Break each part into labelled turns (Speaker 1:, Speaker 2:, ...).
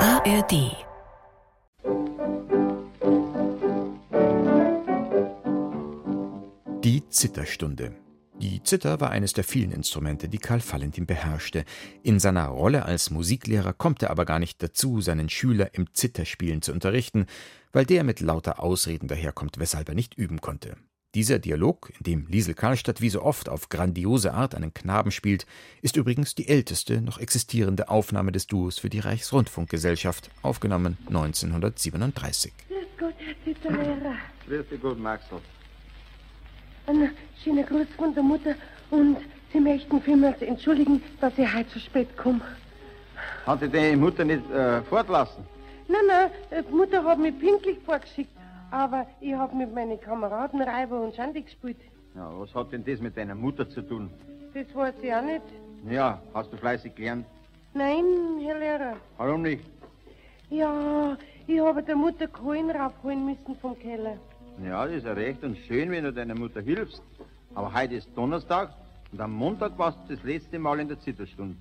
Speaker 1: ARD.
Speaker 2: Die Zitterstunde. Die Zither war eines der vielen Instrumente, die Karl Valentin beherrschte. In seiner Rolle als Musiklehrer kommt er aber gar nicht dazu, seinen Schüler im Zitherspielen zu unterrichten, weil der mit lauter Ausreden daherkommt, weshalb er nicht üben konnte. Dieser Dialog, in dem Liesel Karlstadt wie so oft auf grandiose Art einen Knaben spielt, ist übrigens die älteste noch existierende Aufnahme des Duos für die Reichsrundfunkgesellschaft, aufgenommen 1937.
Speaker 3: Grüß Gott, Herr Zitterlehrer.
Speaker 4: Grüß dich gut, Maxl.
Speaker 3: Ein schöner Gruß von der Mutter und Sie möchten vielmals entschuldigen, dass ich heute so spät komme.
Speaker 4: Hat dich deine Mutter nicht äh, fortlassen?
Speaker 3: Nein, nein, äh, die Mutter hat mich pünktlich vorgeschickt, aber ich habe mit meinen Kameraden Reiber und Schande gespielt.
Speaker 4: Ja, was hat denn das mit deiner Mutter zu tun?
Speaker 3: Das weiß ich auch nicht.
Speaker 4: Ja, hast du fleißig gelernt?
Speaker 3: Nein, Herr Lehrer.
Speaker 4: Warum nicht?
Speaker 3: Ja, ich habe der Mutter Kohlen raufholen müssen vom Keller.
Speaker 4: Ja, das ist ja recht und schön, wenn du deiner Mutter hilfst. Aber heute ist Donnerstag und am Montag warst du das letzte Mal in der Zitterstunde.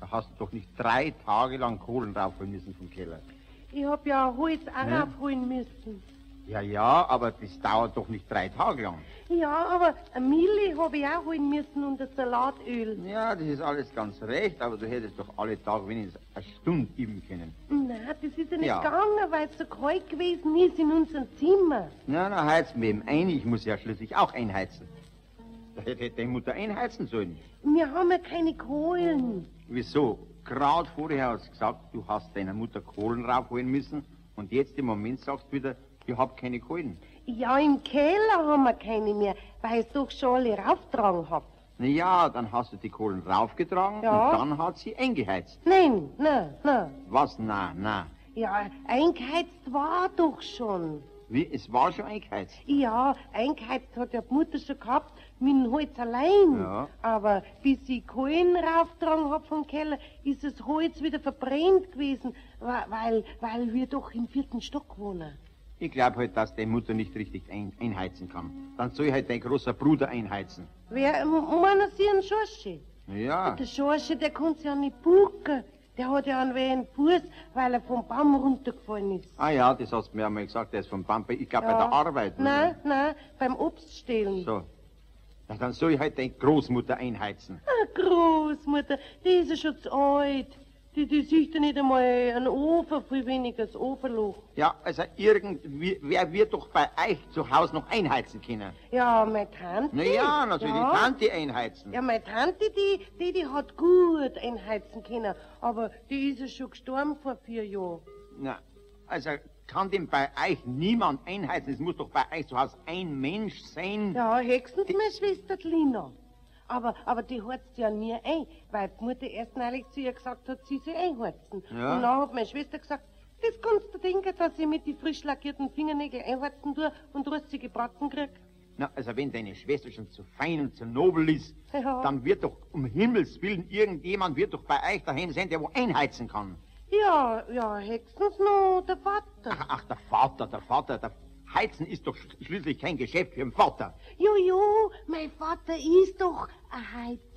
Speaker 4: Da hast du doch nicht drei Tage lang Kohlen raufholen müssen vom Keller.
Speaker 3: Ich habe ja ein Holz auch raufholen müssen.
Speaker 4: Ja, ja, aber das dauert doch nicht drei Tage lang.
Speaker 3: Ja, aber eine Mille habe ich auch holen müssen und ein Salatöl.
Speaker 4: Ja, das ist alles ganz recht, aber du hättest doch alle Tage wenigstens eine Stunde üben können.
Speaker 3: Nein, das ist ja nicht
Speaker 4: Ja.
Speaker 3: gegangen, weil es so kalt gewesen ist in unserem Zimmer.
Speaker 4: Na, na, heiz mit dem ein, ich muss ja schließlich auch einheizen. Da hätte hätte deine Mutter einheizen sollen.
Speaker 3: Wir haben ja keine Kohlen.
Speaker 4: Wieso? Gerade vorher hast du gesagt, du hast deiner Mutter Kohlen raufholen müssen und jetzt im Moment sagst du wieder, ich hab keine Kohlen.
Speaker 3: Ja, im Keller haben wir keine mehr, weil ich doch schon alle rauftragen hab.
Speaker 4: Na ja, dann hast du die Kohlen raufgetragen
Speaker 3: Ja.
Speaker 4: und dann hat sie eingeheizt.
Speaker 3: Nein, nein, nein.
Speaker 4: Was? Na, na.
Speaker 3: Ja, eingeheizt war doch schon.
Speaker 4: Wie, es war schon eingeheizt.
Speaker 3: Ja, eingeheizt hat ja die Mutter schon gehabt, mit dem Holz allein.
Speaker 4: Ja.
Speaker 3: Aber bis ich Kohlen rauftragen hab vom Keller, ist das Holz wieder verbrennt gewesen, wa- weil, weil wir doch im vierten Stock wohnen.
Speaker 4: Ich glaub halt, dass deine Mutter nicht richtig ein einheizen kann. Dann soll halt dein großer Bruder einheizen.
Speaker 3: Wer, m- meinen Sie einen Schorsche?
Speaker 4: Na Ja,
Speaker 3: Der Schorsche, der konnte ja nicht bucken. Der hat ja einen wehen Fuß, weil er vom Baum runtergefallen ist.
Speaker 4: ah ja, das hast du mir einmal gesagt, der ist vom Pampe. Ich glaub, bei
Speaker 3: Ja.
Speaker 4: der Arbeit. oder?
Speaker 3: Nein, nein, beim Obststehlen.
Speaker 4: So. Ja, dann soll halt deine Großmutter einheizen.
Speaker 3: Ah, Großmutter, die ist ja schon zu alt. Die, die sieht ja nicht einmal einen Ofen, viel weniger das Ofenloch.
Speaker 4: Ja, also irgendwie, wer wird doch bei euch zu Hause noch einheizen können?
Speaker 3: Ja, meine Tante.
Speaker 4: Na ja, natürlich
Speaker 3: ja.
Speaker 4: die Tante einheizen.
Speaker 3: Ja, meine Tante, die, die, die hat gut einheizen können, aber die ist ja schon gestorben vor vier Jahren.
Speaker 4: Na, also kann denn bei euch niemand einheizen? Es muss doch bei euch zu Hause ein Mensch sein.
Speaker 3: Ja, höchstens meine Schwester die Lina. Aber, aber die heizt ja nie ein, weil die Mutter erst neulich zu ihr gesagt hat, sie soll einheizen.
Speaker 4: Ja.
Speaker 3: Und dann hat meine Schwester gesagt, das kannst du denken, dass ich mit die frisch lackierten Fingernägel einheizen tue und rostige Bratzen krieg.
Speaker 4: Na, also wenn deine Schwester schon zu fein und zu nobel ist,
Speaker 3: Ja.
Speaker 4: dann wird doch um Himmels Willen irgendjemand wird doch bei euch daheim sein, der wo einheizen kann.
Speaker 3: Ja, ja, höchstens noch der Vater.
Speaker 4: Ach, ach der Vater, der Vater, der Heizen ist doch sch- schließlich kein Geschäft für den Vater.
Speaker 3: Jojo, mein Vater ist doch ein